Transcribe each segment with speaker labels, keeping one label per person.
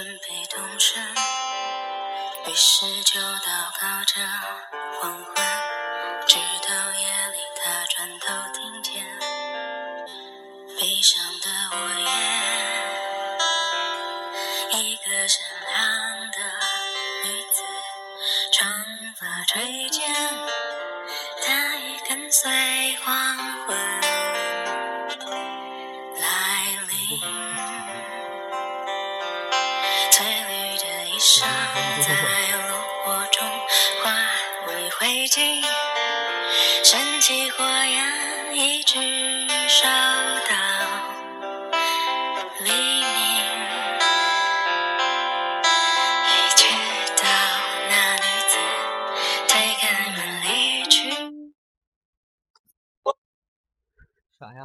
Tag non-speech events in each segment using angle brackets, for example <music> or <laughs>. Speaker 1: 声，于是就祷告着黄昏，直到夜里他转头听见，悲伤的我也，一个善良的女子，长发垂肩，她已跟随黄昏来临。翠绿的衣裳在炉火中化为灰烬，升起火焰一直烧到黎明。一直到那女子推开门离去。
Speaker 2: 啥呀？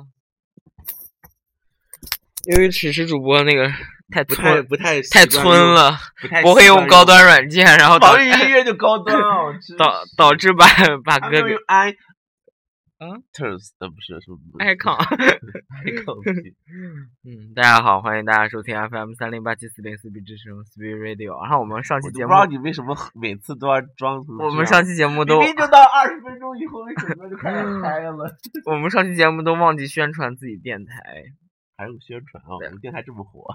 Speaker 3: 因为此时主播那个太
Speaker 2: 不太
Speaker 3: 村
Speaker 2: 不太
Speaker 3: 太
Speaker 2: 习
Speaker 3: 村
Speaker 2: 惯用，
Speaker 3: 了，
Speaker 2: 不太
Speaker 3: 不会
Speaker 2: 习惯
Speaker 3: 用高
Speaker 2: <laughs>
Speaker 3: 端软件，然后导
Speaker 2: 防御音乐就高端啊！我知
Speaker 3: <laughs> 导导致把把
Speaker 2: 他
Speaker 3: 哥给
Speaker 2: 们用
Speaker 3: <laughs>
Speaker 2: i
Speaker 3: 啊
Speaker 2: ters 的不是什么
Speaker 3: icon。
Speaker 2: icon
Speaker 3: 嗯，大家好，欢迎大家收听 FM 三零八七四零四 B 之声 s p e Radio。然后我们上
Speaker 2: 我
Speaker 3: 期
Speaker 2: 就
Speaker 3: 节
Speaker 2: 不知
Speaker 3: 目，
Speaker 2: 道你为什么每次都要装成
Speaker 3: 我
Speaker 2: 这
Speaker 3: 们
Speaker 2: 样
Speaker 3: 上期节目
Speaker 2: 明
Speaker 3: 都，嗯
Speaker 2: 明就到二十分钟以后，为什么就开始嗨了？ <laughs>
Speaker 3: 我们上期节目都忘记宣传自己电台， <laughs>
Speaker 2: 还有宣传啊！我们电台这么火，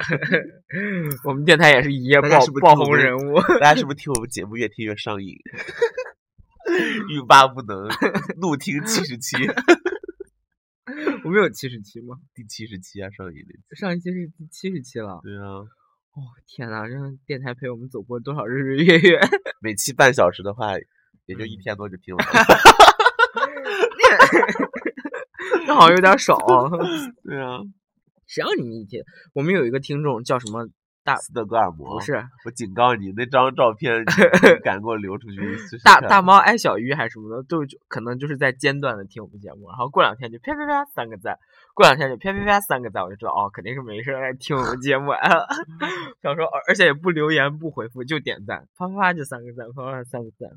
Speaker 3: 我们电台也是一夜爆
Speaker 2: 大家是不是
Speaker 3: 爆
Speaker 2: 听我
Speaker 3: 红
Speaker 2: 们
Speaker 3: 人物。
Speaker 2: 大家是不是听我们节目越听越上瘾？欲罢
Speaker 3: <laughs>
Speaker 2: 不能，怒听七十期，
Speaker 3: <laughs> 我们有七十期吗？
Speaker 2: 第七十期啊，上瘾的。
Speaker 3: 上一期是第七十期了。
Speaker 2: 对啊，
Speaker 3: 哦天呐，让电台陪我们走过多少日日月月？
Speaker 2: 每期半小时的话，也就
Speaker 3: 嗯
Speaker 2: 一天多就听完了。
Speaker 3: <laughs> 那 <laughs> 好像有点少。
Speaker 2: 对啊，
Speaker 3: 谁让你们一天？我们有一个听众叫什么？啊大
Speaker 2: 斯德哥尔
Speaker 3: 不
Speaker 2: 摩
Speaker 3: 是
Speaker 2: 我警告你，那张照
Speaker 3: <laughs>
Speaker 2: 片你你敢给我流出去，试试
Speaker 3: 大
Speaker 2: 看
Speaker 3: 大猫爱小鱼还是什么的，都就可能就是在间断的听我们节目，然后过两天就啪啪啪三个赞，过两天就啪啪啪三个赞，我就知道哦，肯定是没事儿来听我们节目啊。 <laughs> 想说，而而且也不留言不回复，就点赞，啪啪啪就三个赞，啪啪啪三个赞。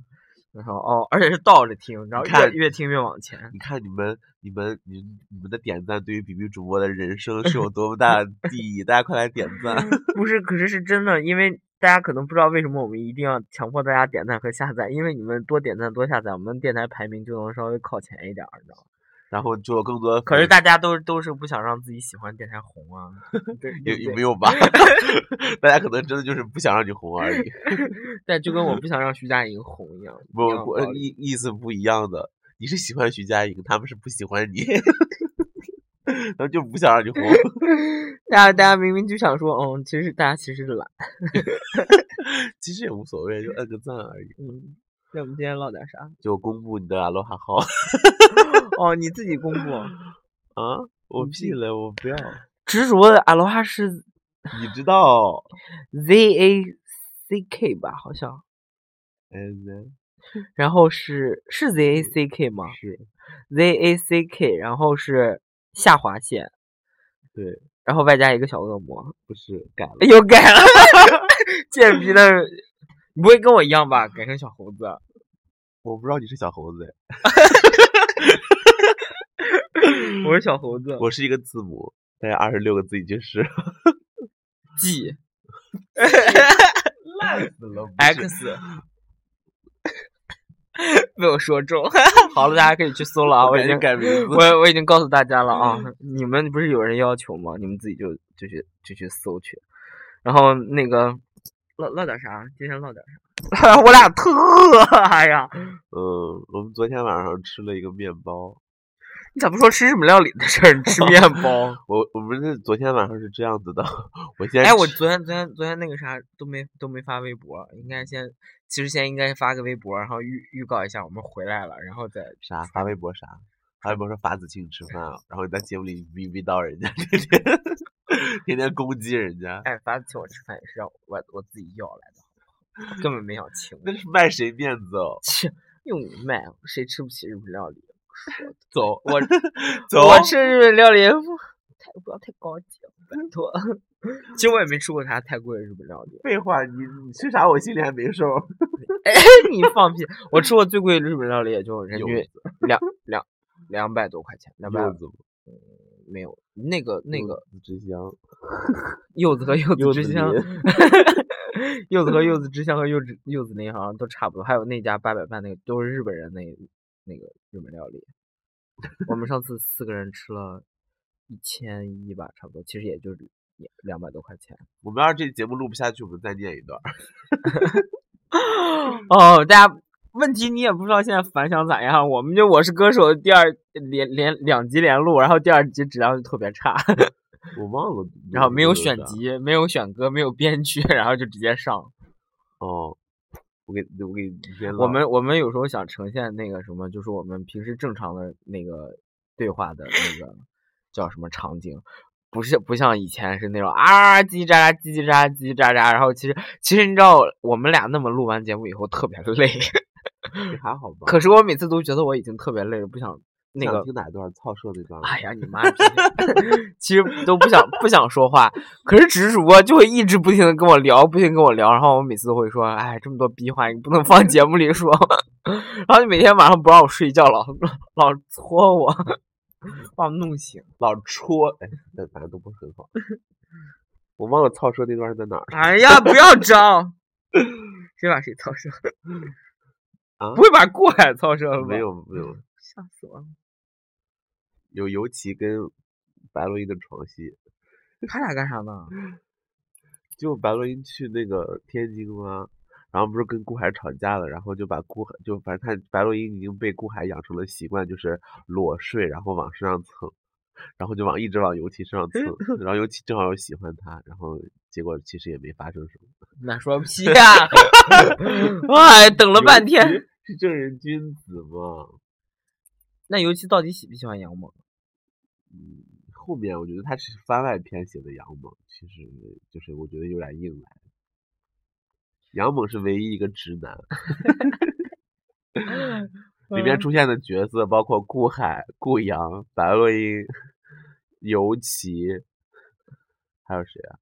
Speaker 3: 然后哦，而且是倒着听，然后
Speaker 2: 你看
Speaker 3: 越越听越往前。
Speaker 2: 你看你们、你们、你们、你们的点赞对于比比主播的人生是
Speaker 3: <laughs>
Speaker 2: 有多么大的意义，大家快来点赞！
Speaker 3: 不是，可是是真的，因为大家可能不知道为什么我们一定要强迫大家点赞和下载，因为你们多点赞多下载，我们电台排名就能稍微靠前一点儿，你知道吗？
Speaker 2: 然后就有更多的
Speaker 3: 可
Speaker 2: 粉
Speaker 3: 是大家都都是不想让自己喜欢的电台红啊，对
Speaker 2: 也
Speaker 3: 对不
Speaker 2: 也没
Speaker 3: 对？
Speaker 2: 有吧，
Speaker 3: <laughs>
Speaker 2: 大家可能真的就是不想让你红而已，
Speaker 3: 但就跟我不想让徐佳莹红一
Speaker 2: <laughs>
Speaker 3: 样，一
Speaker 2: 不
Speaker 3: 样的
Speaker 2: 不
Speaker 3: 道理
Speaker 2: 意意思不一样的。你是喜欢徐佳莹，他们是不喜欢你， <laughs> 他们就不想
Speaker 3: <laughs>
Speaker 2: 让你红。
Speaker 3: 大家大家明明就想说，嗯，其实大家其实是懒，
Speaker 2: 其实也无所谓，就摁个赞而已。
Speaker 3: 嗯。那我们今天唠点啥？
Speaker 2: 就公布你的阿罗哈号 <laughs>
Speaker 3: 哦，你自己公布。 <laughs>
Speaker 2: 啊！我
Speaker 3: 你
Speaker 2: 屁了，我不要。
Speaker 3: 执着的阿罗哈是
Speaker 2: 你知道
Speaker 3: Z A C K 吧，好像。
Speaker 2: 嗯，
Speaker 3: 然后是是 Z A C K 吗？
Speaker 2: 是
Speaker 3: Z A C K，然后是下划线，
Speaker 2: 对，
Speaker 3: 然后外加一个小恶魔，
Speaker 2: 不是改了？
Speaker 3: 又改了， <laughs> 贱逼的，你不会跟我一样吧？改成小猴子？
Speaker 2: 我不知道你是小猴子，
Speaker 3: 我是小猴子，
Speaker 2: 我是一个字母，大概二十六个字已经是
Speaker 3: G
Speaker 2: 烂死了。不是
Speaker 3: X，被我说
Speaker 2: <laughs>
Speaker 3: 中。 <laughs> 好了，大家可以去搜了啊，
Speaker 2: 我
Speaker 3: 我
Speaker 2: 赶
Speaker 3: 已
Speaker 2: 紧
Speaker 3: 经
Speaker 2: 改名字。
Speaker 3: 我我已经告诉大家了啊，你们不是有人要求吗？你们自己就就去就去搜去，然后那个唠唠点啥？今天唠点啥？ <laughs> 我俩特哎 <laughs> 呀！
Speaker 2: 嗯，我们昨天晚上吃了一个面包。
Speaker 3: 你咋不说吃日本料理的事儿？你吃面包？
Speaker 2: 我我们是昨天晚上是这样子的，我先
Speaker 3: <laughs> 哎，我
Speaker 2: 吃
Speaker 3: 昨天昨天昨天那个啥都没都没发微博，应该先其实先应该发个微博，然后预预告一下我们回来了，然后再
Speaker 2: 啥发微博啥，发微博说法子请你吃饭啊，然后你在节目里逼逼叨人家，天天 <laughs> 天天攻击人家，
Speaker 3: 哎，反正请我吃饭也是让我我我自己要来的，好吧根本没想请我，
Speaker 2: 那是卖谁面子 <laughs> 哦？
Speaker 3: 切，用你卖，啊谁吃不起日本料理？
Speaker 2: 走
Speaker 3: 我
Speaker 2: 走，
Speaker 3: 我吃日本料理不太不要太高级了，拜托。其实我也没吃过啥太贵的日本料理。
Speaker 2: 废话，你你吃啥我心里还没数儿。
Speaker 3: 哎， <laughs> 你放屁！我吃过最贵的日本料理也就人
Speaker 2: 柚
Speaker 3: 均两两两百多块钱，两百
Speaker 2: 柚子
Speaker 3: 没有那个那
Speaker 2: 柚
Speaker 3: 个
Speaker 2: <laughs> 子之乡，
Speaker 3: 嗯柚子和柚
Speaker 2: 柚
Speaker 3: 子之
Speaker 2: 子
Speaker 3: 乡
Speaker 2: 林。
Speaker 3: <laughs> 柚子和柚子之乡和柚子柚子林好像都差不多，还有那家八百饭那个都是日本人那那个日本料理。我们上次四个人吃了一千一吧，差不多，其实也就是也两百多块钱。
Speaker 2: <laughs> 我们要是这节目录不下去，我们再念一段儿。
Speaker 3: 哦，大家问题你也不知道现在反响咋样，我们就《我是歌手》第二连连两集连录，然后第二集质量就特别差， <laughs>
Speaker 2: 我忘了，
Speaker 3: 然后没有
Speaker 2: 录了
Speaker 3: 选
Speaker 2: 啥
Speaker 3: 集，没有选歌，没有编曲， <laughs> 然后就直接上。
Speaker 2: 哦。我给我给你先
Speaker 3: 我
Speaker 2: 唠
Speaker 3: 们我们有时候想呈现那个什么，就是我们平时正常的那个对话的那个叫什么场景，不是不像以前是那种啊叽叽喳喳叽叽喳喳叽叽喳喳，然后其实其实你知道我们俩那么录完节目以后特别 <laughs> 累，
Speaker 2: 也还好吧。
Speaker 3: 可是我每次都觉得我已经特别累了，不想
Speaker 2: 你
Speaker 3: 那
Speaker 2: 想
Speaker 3: 个。
Speaker 2: 听哪一段操社那段吗？
Speaker 3: 哎呀，你妈逼！ <laughs> 其实都不想不想说话，可是只是主播就会一直不停的跟我聊，不停地跟我聊，然后我每次都会说，哎，这么多逼话你不能放节目里说， <laughs> 然后你每天晚上不让我睡觉，老老搓我，把我弄醒。
Speaker 2: 老戳，哎，但反正都不是很好。我忘了操社那段是
Speaker 3: <laughs>
Speaker 2: 在哪儿了
Speaker 3: 哎呀，不要张，谁把谁操射？
Speaker 2: 啊
Speaker 3: 不会把过海操射了吧？
Speaker 2: 没，有没
Speaker 3: <laughs>
Speaker 2: 有，
Speaker 3: 吓死我了！
Speaker 2: 有尤其跟白洛因的床戏，
Speaker 3: 他俩干啥呢？
Speaker 2: 就白洛因去那个天津吗？然后不是跟顾海吵架了，然后就把顾海就反正他白洛因已经被顾海养成了习惯，就是裸睡，然后往身上蹭，然后就往一直往尤其身
Speaker 3: <laughs>
Speaker 2: 上蹭，然后尤其正好又喜欢他，然后结果其实也没发生什么。
Speaker 3: 那说屁
Speaker 2: <laughs>
Speaker 3: 呀、 <laughs> 哎，等了半天。
Speaker 2: 尤其是正人君子嘛，
Speaker 3: 那尤其到底喜不喜欢杨猛？
Speaker 2: 嗯，后面我觉得他是番外篇写的杨猛，其实就是我觉得有点硬来。杨猛是唯一一个
Speaker 3: <laughs>
Speaker 2: 直男，里面
Speaker 3: 嗯
Speaker 2: 出现的角色包括顾海、顾阳、白洛因、尤其，还有谁啊？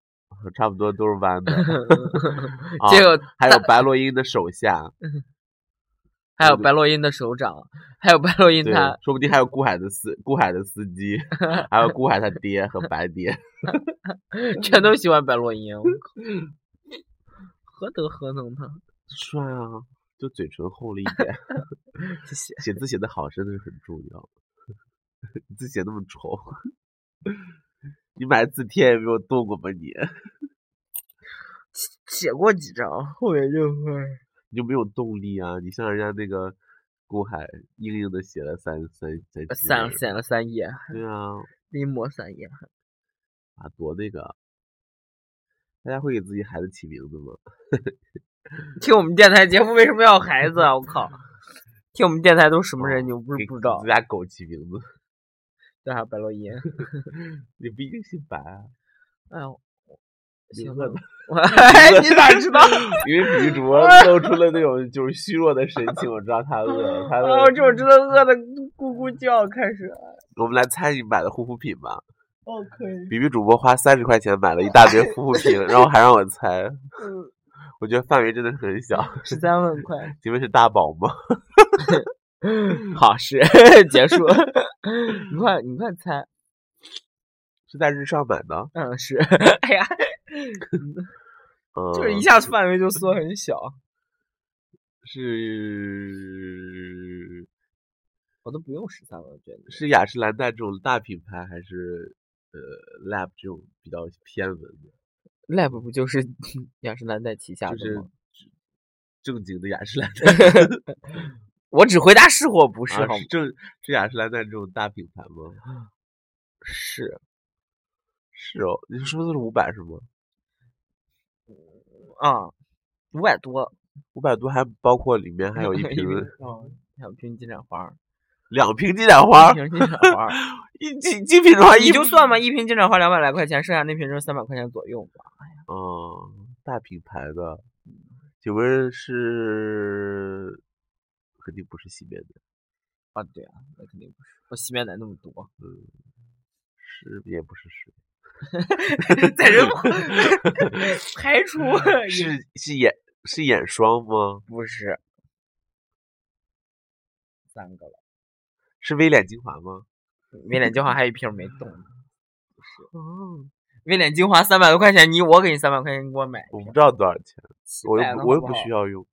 Speaker 2: 差不多都是
Speaker 3: <laughs>
Speaker 2: 弯的，啊
Speaker 3: 结果
Speaker 2: 还有白洛因的手下，
Speaker 3: 还有
Speaker 2: 就
Speaker 3: 白洛因的首长，还有白洛因
Speaker 2: 对
Speaker 3: 他，，
Speaker 2: 说不定还有顾海的司顾海的司
Speaker 3: <laughs>
Speaker 2: 机，还有顾海他爹和白爹。
Speaker 3: 全都喜欢白洛因，我靠，何德何能呢？
Speaker 2: 帅啊，就嘴唇厚了一点。
Speaker 3: <laughs> 谢谢。
Speaker 2: 写字写的好真的是很重要。 <laughs> 你字写那么丑，你买字帖也没有动过吧你？ <laughs>
Speaker 3: 写过几张，后面就会
Speaker 2: 你就没有动力啊！你像人家那个顾海，硬硬的写了三三三七
Speaker 3: 呃三
Speaker 2: 页
Speaker 3: 写了三页，
Speaker 2: 对啊，
Speaker 3: 临摹三页。
Speaker 2: 啊多那个。大家会给自己孩子起名字吗？
Speaker 3: 听我们电台节目为什么要有孩子啊？我 <laughs> 靠！听我们电台都什么人？你又不是
Speaker 2: 给
Speaker 3: 不知道
Speaker 2: 自？家狗起名字， <laughs>
Speaker 3: 叫啥白洛 <laughs> 因？
Speaker 2: 你不一定姓白啊，
Speaker 3: 哎呦，
Speaker 2: 你
Speaker 3: 行
Speaker 2: 问
Speaker 3: 了，我哎，你咋知 <laughs> 道？
Speaker 2: 因为体育主播
Speaker 3: <laughs>
Speaker 2: 露出了那种就是虚弱的神情，我知道他饿了，他饿
Speaker 3: <laughs> 哦，
Speaker 2: 了。
Speaker 3: 这我真的 <laughs> 饿的咕咕叫，开始。
Speaker 2: 我们来猜你买的护肤品吧。
Speaker 3: 哦，可以。
Speaker 2: 比比主播花三十块钱买了一大
Speaker 3: <laughs>
Speaker 2: 堆护肤品，然后还让我猜，
Speaker 3: 嗯，
Speaker 2: 我觉得范围真的是很小。
Speaker 3: 十三万块。
Speaker 2: 请问是大宝吗？
Speaker 3: 好，是 <laughs> 结束。你快，你快猜。
Speaker 2: 是在日上买的？
Speaker 3: 嗯， <laughs> 是。哎呀，
Speaker 2: 嗯，
Speaker 3: 就是一下子范围就缩很小，
Speaker 2: 是
Speaker 3: 我都不用十三万，我觉得。
Speaker 2: 是雅诗兰黛这种大品牌，还是呃 Lab 这种比较偏文的，
Speaker 3: lab 不就是 <laughs> 雅诗兰黛旗下
Speaker 2: 就
Speaker 3: 的
Speaker 2: 是
Speaker 3: 吗？
Speaker 2: 正经的雅
Speaker 3: <laughs>
Speaker 2: 诗兰黛
Speaker 3: 我只回答是或不是，
Speaker 2: 啊？
Speaker 3: 好
Speaker 2: 是
Speaker 3: 吗？
Speaker 2: 正是雅诗兰黛这种大品牌吗？
Speaker 3: 是
Speaker 2: 是哦，你说的是五百是吗？
Speaker 3: 啊，五百多。
Speaker 2: 五百多还包括里面还
Speaker 3: <laughs>
Speaker 2: 有一
Speaker 3: 瓶
Speaker 2: 瓶
Speaker 3: 哦，还有瓶金盏花儿，
Speaker 2: 两瓶金盏花
Speaker 3: 一
Speaker 2: 儿，
Speaker 3: 瓶金盏 <laughs> 花儿，
Speaker 2: 一金金瓶
Speaker 3: <laughs>
Speaker 2: 花
Speaker 3: 你
Speaker 2: 一
Speaker 3: 就算吧，一瓶金盏花两百来块钱，剩下那瓶就是三百块钱左右吧。
Speaker 2: 嗯，大品牌的，请问是肯定不是西边的，
Speaker 3: 啊，对啊，那肯定不是，我洗面奶那么多。
Speaker 2: 嗯是也不是是
Speaker 3: <laughs> 在这 <laughs> 排除 <laughs> 哎也
Speaker 2: 是是眼是眼霜吗？
Speaker 3: 不是三个了，
Speaker 2: 是微脸精华吗？
Speaker 3: 微脸精华还有一瓶没动呢。
Speaker 2: 嗯哦，
Speaker 3: 微脸精华三百多块钱，你我给你三百块钱，你给我买一
Speaker 2: 我不
Speaker 3: 瓶
Speaker 2: 知道多少钱，
Speaker 3: 洗
Speaker 2: 我
Speaker 3: 白
Speaker 2: 又
Speaker 3: 呢
Speaker 2: 不我
Speaker 3: 好
Speaker 2: 又
Speaker 3: 不
Speaker 2: 不需
Speaker 3: 好 <laughs>
Speaker 2: 要用，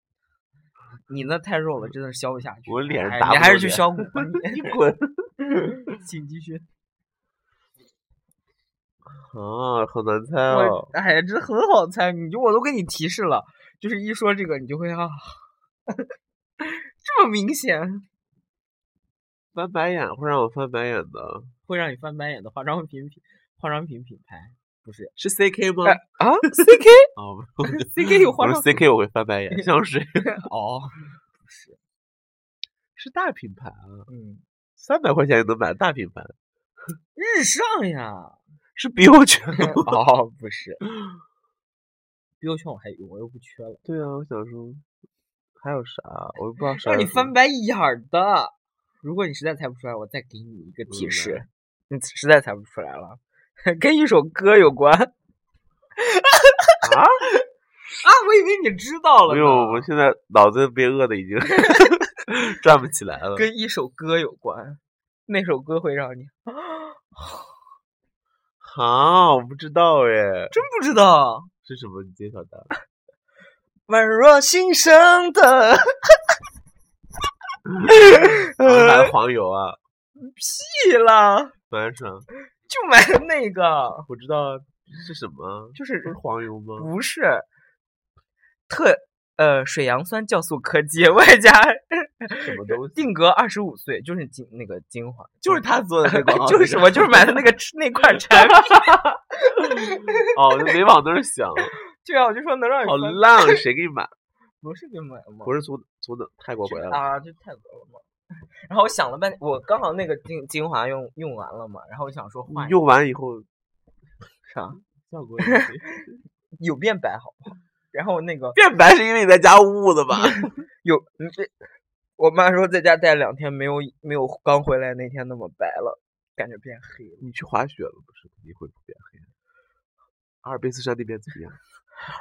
Speaker 3: 你那太肉了，真的是削不下去。
Speaker 2: 我脸上
Speaker 3: 哎
Speaker 2: 打
Speaker 3: 你
Speaker 2: 不
Speaker 3: 还
Speaker 2: 了
Speaker 3: 是去
Speaker 2: 脸
Speaker 3: 削骨吧。
Speaker 2: <laughs>
Speaker 3: 你
Speaker 2: 你滚！
Speaker 3: 请继续。
Speaker 2: 啊，好难猜
Speaker 3: 我
Speaker 2: 哦。
Speaker 3: 哎呀，这很好猜，你就我都给你提示了，就是一说这个你就会啊， <laughs> 这么明显
Speaker 2: 翻白眼会让我翻白眼的，
Speaker 3: 会让你翻白眼的化妆品品化妆品品牌不是
Speaker 2: 是 C K 吗？
Speaker 3: 哎啊？C K
Speaker 2: 哦，我
Speaker 3: C K 有化
Speaker 2: 我
Speaker 3: 妆
Speaker 2: 说 C K 我会翻白眼，
Speaker 3: <laughs>
Speaker 2: 香水
Speaker 3: 哦，不是，
Speaker 2: 是大品牌啊，
Speaker 3: 嗯，
Speaker 2: 三百块钱也能买大品牌，
Speaker 3: 日上呀， <laughs>
Speaker 2: 是比我全吗。 <laughs>
Speaker 3: 哦，不是，标签我还有，我又不缺了，
Speaker 2: 对啊，我想说还有啥，啊我又不知道啥。
Speaker 3: 让你翻白眼儿的。如果你实在猜不出来，我再给你一个提
Speaker 2: 嗯
Speaker 3: 示，你实在猜不出来了，跟一首歌有关。
Speaker 2: 啊！
Speaker 3: <laughs> 啊，我以为你知道了
Speaker 2: 没
Speaker 3: 呢。
Speaker 2: 有，哎我现在脑子被饿的已 <laughs> 经转不起来了。
Speaker 3: 跟一首歌有关，那首歌会让你
Speaker 2: 啊，我不知道哎，
Speaker 3: 真不知道。
Speaker 2: 是什么？你揭晓答案。
Speaker 3: 宛若新生的
Speaker 2: 啊
Speaker 3: <laughs>
Speaker 2: <laughs> 买了黄油啊，
Speaker 3: 屁啦，
Speaker 2: 买了什么？
Speaker 3: 就买的那个，
Speaker 2: 我知道啊，是什么？
Speaker 3: 就是
Speaker 2: 不是黄油吗？
Speaker 3: 不是特呃水杨酸酵素科技 <laughs> 外加
Speaker 2: 什么东西？
Speaker 3: 定格二十五岁，就是精那个精华，，
Speaker 2: <laughs> 就是他做的那 <laughs> 个
Speaker 3: 就是我就是
Speaker 2: <laughs>
Speaker 3: 买的那个那款产品， <laughs>
Speaker 2: 哦，就没往那儿 <laughs> 想，
Speaker 3: 对啊，我就说能让你
Speaker 2: 好
Speaker 3: 翻
Speaker 2: 浪，谁给你买？
Speaker 3: 不是给买的吗？
Speaker 2: 不是从从哪泰国回来了？
Speaker 3: 啊，这太多了嘛。然后我想了半天，我刚好那个精精华用用完了嘛，然后我想说换一
Speaker 2: 你用完以后
Speaker 3: 啥，
Speaker 2: 效 <laughs> 果也没
Speaker 3: 有变白好不好？然后那个
Speaker 2: 变白是因为你在家捂的吧？
Speaker 3: 有，嗯这我妈说在家待两天没有没有刚回来那天那么白了，感觉变黑了。
Speaker 2: <laughs> 你去滑雪了不是？你会不会变黑？啊阿尔卑斯山那边怎
Speaker 3: <laughs>
Speaker 2: 么样？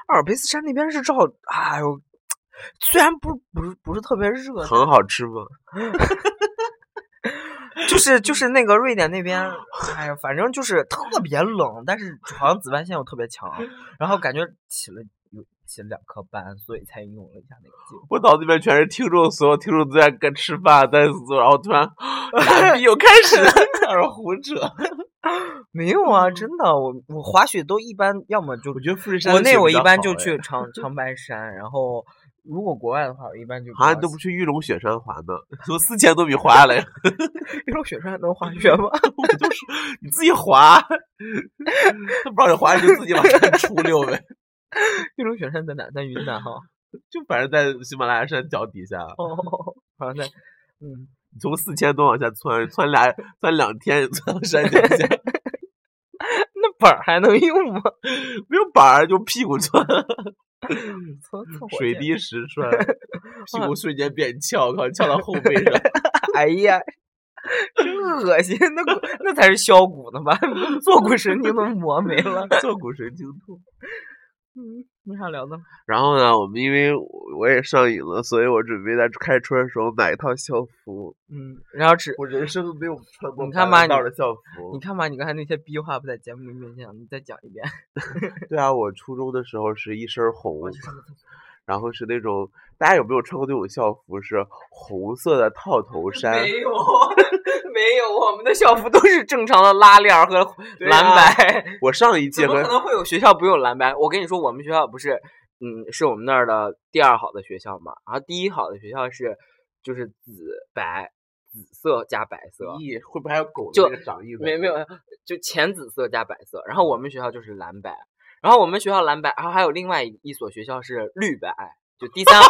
Speaker 3: 阿尔卑斯山那边日照，哎呦，虽然不不是不是特别热，
Speaker 2: 很好吃吗？
Speaker 3: 就是就是那个瑞典那边，哎呀，反正就是特别冷，但是好像紫外线又特别 <laughs> 强，然后感觉起了有起了两颗斑，所以才用了一下那个劲。
Speaker 2: 我脑子里面全是听众，所有听众都在跟吃饭，在做，然后突然
Speaker 3: <laughs>
Speaker 2: 傻逼又开始开始胡扯。
Speaker 3: 没有啊，真的，我我滑雪都一般，要么就
Speaker 2: 我觉得富士山
Speaker 3: 国
Speaker 2: 的
Speaker 3: 内
Speaker 2: 雪
Speaker 3: 我
Speaker 2: 比
Speaker 3: 一
Speaker 2: 较
Speaker 3: 般
Speaker 2: 好
Speaker 3: 就
Speaker 2: 哎 <laughs>
Speaker 3: 去长长白山，然后如果国外的话，我一般就
Speaker 2: 啊，你都不去玉龙雪山滑呢？从四千多米滑下来，
Speaker 3: <laughs> 玉龙雪山能滑
Speaker 2: <laughs>
Speaker 3: 雪吗？ <laughs>
Speaker 2: 我就是你自己滑， <laughs> 他不让你滑，你就自己往上
Speaker 3: <laughs>
Speaker 2: 出溜呗。
Speaker 3: 玉龙雪山在哪？在云南哈。
Speaker 2: 就反正在喜马拉雅山脚底下，
Speaker 3: 哦，好像在，嗯， <laughs>
Speaker 2: 你从四千多往下窜，窜俩窜两天，也窜到山脚下， <laughs>
Speaker 3: 那板儿还能用吗？ <laughs>
Speaker 2: 没有板儿就屁股窜，
Speaker 3: 搓搓火
Speaker 2: 嗯水
Speaker 3: 箭
Speaker 2: 滴石穿，
Speaker 3: <laughs>
Speaker 2: 屁股瞬间变翘，靠，翘到后背上。
Speaker 3: 哎呀，真恶心！那骨那才是削骨呢吧？ <laughs> 坐骨神经都磨没了。 <laughs>
Speaker 2: 坐骨神经痛。
Speaker 3: 嗯，没啥聊的。
Speaker 2: 然后呢，我们因为我我也上瘾了，所以我准备在开春的时候买一套校服。
Speaker 3: 嗯，然后只
Speaker 2: 我人生都没有穿过
Speaker 3: 你看
Speaker 2: 白
Speaker 3: 吧
Speaker 2: 领道
Speaker 3: 你
Speaker 2: 的校
Speaker 3: 你
Speaker 2: 服。
Speaker 3: 看吧，你刚才那些逼话不在节目里面讲，你再讲一遍。
Speaker 2: 对啊，我初中的时候是一身红
Speaker 3: 我去，上个厕所
Speaker 2: 然后是那种大家有没有穿过那种校服？是红色的
Speaker 3: <laughs>
Speaker 2: 套头衫
Speaker 3: 没，有，没有，我们的校服都是正常的拉链儿和
Speaker 2: 对
Speaker 3: 蓝
Speaker 2: 啊
Speaker 3: 白。
Speaker 2: 我上一届
Speaker 3: 怎么
Speaker 2: 和
Speaker 3: 可能会有学校不用蓝白？我跟你说，我们学校不是，嗯，是我们那儿的第二好的学校嘛。然后第一好的学校是，就是紫白、紫色加白色，
Speaker 2: 翼会不会还有狗
Speaker 3: 就
Speaker 2: 的那个掌印？
Speaker 3: 没没有，，就浅紫色加白色。然后我们学校就是蓝白，然后我们学校蓝白，然后还有另外一所学校是绿白，就第三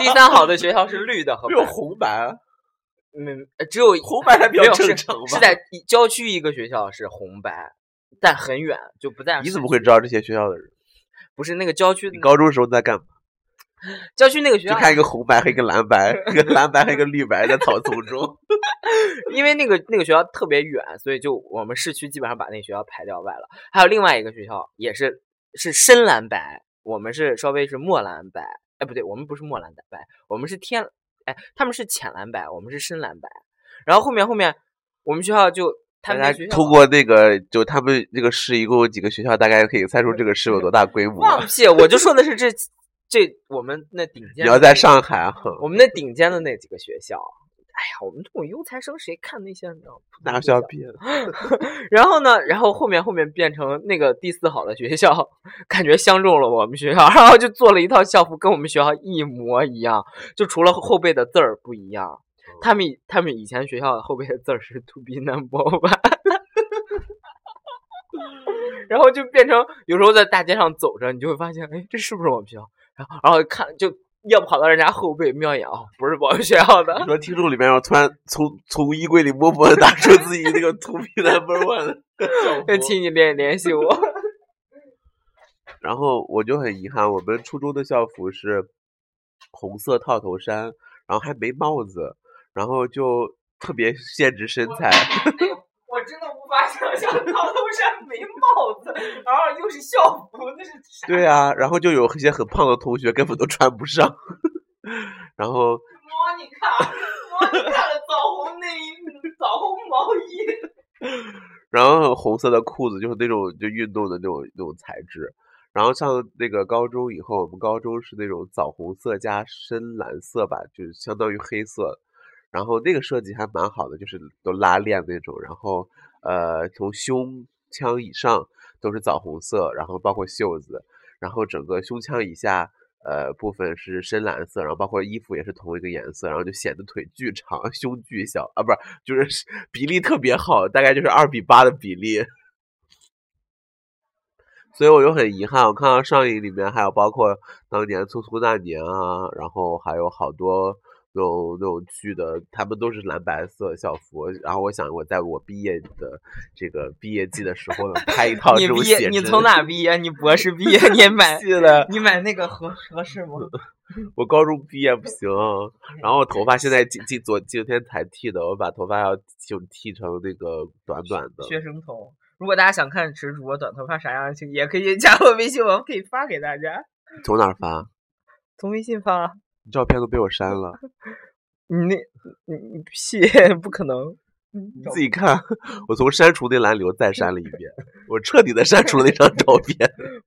Speaker 3: 第三好的学校是绿的和
Speaker 2: 没 <laughs> 有
Speaker 3: 白，
Speaker 2: 红白，啊
Speaker 3: 嗯，呃只有
Speaker 2: 红白还比
Speaker 3: 没
Speaker 2: 较
Speaker 3: 有
Speaker 2: 正
Speaker 3: 是
Speaker 2: 常吧？
Speaker 3: 是在一郊区一个学校是红白，但很远就嗯不在。
Speaker 2: 你怎么会知道这些学校的人？
Speaker 3: 不是那个郊区
Speaker 2: 你
Speaker 3: 的
Speaker 2: 高中时候在干嘛？
Speaker 3: 郊区那个学
Speaker 2: 就
Speaker 3: 校
Speaker 2: 看一个红白和一个蓝白，一个蓝白和一个绿白在草丛中。
Speaker 3: <laughs> 因为那个那个学校特别远，所以就我们市区基本上把那学校排掉外了。还有另外一个学校也是是深蓝白，我们是稍微是墨蓝白，哎不对，我们不是墨蓝白，我们是天，哎他们是浅蓝白，我们是深蓝白。然后后面后面我们学校就 <laughs> 他们
Speaker 2: 大
Speaker 3: 那
Speaker 2: 家
Speaker 3: 学校
Speaker 2: 通过那个，就他们那个市一共有几个学校，大概可以猜出这个市有多大规模。
Speaker 3: 放屁，我就说的是这这我们那顶
Speaker 2: 你
Speaker 3: 尖，
Speaker 2: 要在上海啊，
Speaker 3: <laughs> 我们那顶尖的那几个学校，哎呀，我们这种优材生谁看那些你知道吗？
Speaker 2: 哪有小屁？
Speaker 3: 然后呢，然后后面后面变成那个第四好的学校，感觉相中了我们学校， <laughs> 然后就做了一套校服，跟我们学校一模一样，就除了后背的字儿不一样。他们以他们以前学校后背的字儿是 “to be number one”，然后就变成有时候在大街上走着，你就会发现，哎，这是不是我们学校？然后然后看就要跑到人家后背瞄一眼，哦，不是我们学校的
Speaker 2: 你。说听众里面，我突然从从衣柜里默默的拿出自己
Speaker 3: <laughs>
Speaker 2: 那个 to be number one 的校
Speaker 3: 那
Speaker 2: 服，
Speaker 3: 哎请你联联系我。
Speaker 2: 然后我就很遗憾，我们初中的校服是红色套头衫，然后还没帽子，然后就特别限制身材。
Speaker 3: 我真的无法想象套头衫没帽子，然后又是校服，那是啥？
Speaker 2: <laughs> 对啊，然后就有一些很胖的同学根本都穿不上，然后
Speaker 3: 莫妮卡，莫妮卡的枣红内衣、枣红毛衣，
Speaker 2: <laughs> 然后红色的裤子就是那种就运动的那种那种材质。然后上那个高中以后，我们高中是那种枣红色加深蓝色吧，就是相当于黑色。然后那个设计还蛮好的，就是都拉链那种。然后呃，从胸腔以上都是枣红色，然后包括袖子，然后整个胸腔以下呃部分是深蓝色，然后包括衣服也是同一个颜色，然后就显得腿巨长，胸巨小啊，不是就是是 <laughs> 比例特别好，大概就是二比八的比例。所以我就很遗憾，我看到上映里面还有包括当年《匆匆那年》啊，然后还有好多那种那种剧的，他们都是蓝白色校服。然后我想，我在我毕业的这个毕业季的时候呢，
Speaker 3: <laughs>
Speaker 2: 拍一套这
Speaker 3: 你
Speaker 2: 种
Speaker 3: 毕业，
Speaker 2: 写真。
Speaker 3: 你从
Speaker 2: <laughs>
Speaker 3: 哪毕业？你博士毕业，你也买
Speaker 2: 记了？
Speaker 3: 你买那个合合适吗？
Speaker 2: 我高中毕业
Speaker 3: 嗯
Speaker 2: 不行，然后头发现在今今昨今天才剃的，我把头发要就剃成那个短短的。
Speaker 3: 学生头。如果大家想看池主播短头发啥样，请也可以加我微信，我可以发给大家。
Speaker 2: 从哪儿发？
Speaker 3: 从微信发，
Speaker 2: 你照片都被我删
Speaker 3: <laughs>
Speaker 2: 了，
Speaker 3: 你那，你你屁，不可能。
Speaker 2: 你自己看。我从删除那栏里又再删了一遍，我彻底的删除了那张照
Speaker 3: <laughs>
Speaker 2: 片。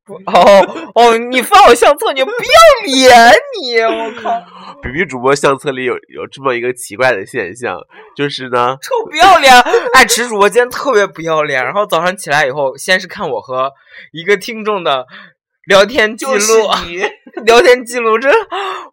Speaker 3: 不哦哦，你翻我相册，你不要 <laughs> 脸你！我靠，
Speaker 2: 比比主播相册里有有这么一个奇怪的现象，就是呢，
Speaker 3: 臭不要脸！ <laughs> 哎，池主播今天特别不要脸，然后早上起来以后，先是看我和一个听众的聊天记录，
Speaker 2: 你
Speaker 3: <laughs> 聊天记录，这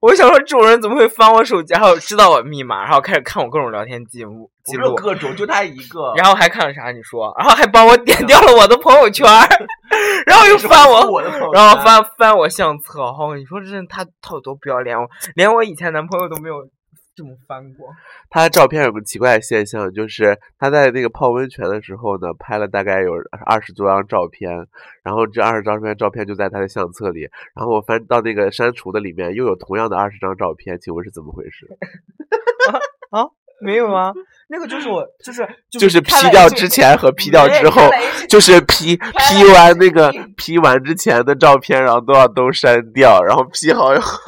Speaker 3: 我想说这种人怎么会翻我手机，还有知道我密码，然后开始看我各种聊天记录记录。
Speaker 2: 各种，就他一个
Speaker 3: 然后还看了啥？你说，然后还帮我点掉了我的朋友圈儿， <laughs> 然后又翻我，
Speaker 2: 的朋友
Speaker 3: 然后翻翻我相册，哦，你说这人他他有多不要脸？我连我以前男朋友都没有这么翻过。
Speaker 2: 他的照片有个奇怪的现象，就是他在那个泡温泉的时候呢，拍了大概有二十多张照片，然后这二十张照片照片就在他的相册里，然后我翻到那个删除的里面又有同样的二十张照片，请问是怎么回事？ <laughs>
Speaker 3: <laughs> 没有啊，那个就是我，就是
Speaker 2: 就是
Speaker 3: 看
Speaker 2: P
Speaker 3: 了
Speaker 2: 掉
Speaker 3: 一句
Speaker 2: 之前和 P 掉之后，就是 P P 完那个 P 完之前的照片，然后都要都删掉，然后 P 好以后，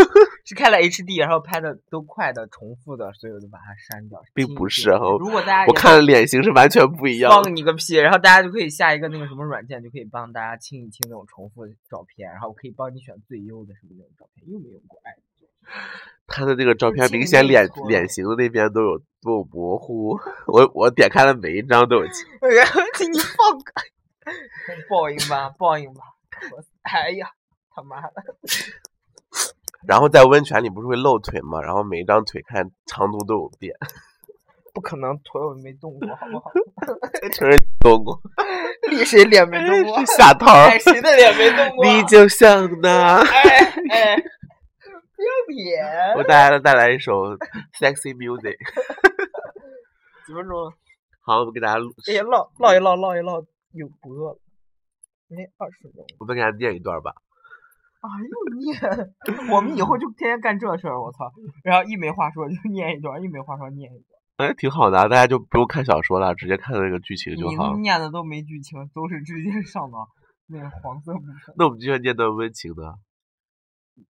Speaker 3: 是开了 HD，然后拍的都快的、重复的，所以我就把它删掉。
Speaker 2: 并
Speaker 3: 拼
Speaker 2: 不
Speaker 3: 一
Speaker 2: 是
Speaker 3: 拼
Speaker 2: 哈
Speaker 3: 如果大家也
Speaker 2: 我看脸型是完全不一样的。
Speaker 3: 放你个屁，然后大家就可以下一个那个什么软件，就可以帮大家清一清那种重复的照片，然后我可以帮你选最优的什么那种照片，用没用过？哎，
Speaker 2: 他的那个照
Speaker 3: 就
Speaker 2: 片，
Speaker 3: 尽
Speaker 2: 明显
Speaker 3: 量
Speaker 2: 脸
Speaker 3: 错
Speaker 2: 脸型的那边都有都有模糊。我我点开了每一张都有清，
Speaker 3: 然后请你 <laughs> 放个报应吧，报应吧！我哎呀，他妈的！
Speaker 2: 然后在温泉里不是会露腿嘛，然后每一张腿看长度都有变，
Speaker 3: 不可能，腿我没动过，好不好？ <laughs>
Speaker 2: 就是动过，
Speaker 3: 立谁脸没动过
Speaker 2: <laughs> 是？下套儿。
Speaker 3: <laughs> 哎，谁的脸没动过？ <laughs>
Speaker 2: 你就像那，
Speaker 3: 哎哎，不要脸！
Speaker 2: 我带来带来一首 sexy music。
Speaker 3: 几分钟了？
Speaker 2: 好，我们给大家录，
Speaker 3: 哎呀，唠唠一唠，唠一唠，又不饿了。哎，二十分钟。
Speaker 2: 我们给大家念一段吧。
Speaker 3: 啊，又念！我们以后就天天干这事儿，我操！然后一没话说就念一段，一没话说念一段。
Speaker 2: 哎，挺好的啊，大家就不用看小说了，直接看那个剧情就好
Speaker 3: 你。念的都没剧情，都是直接上到那个黄色部分，
Speaker 2: 那我们就要念段温情的，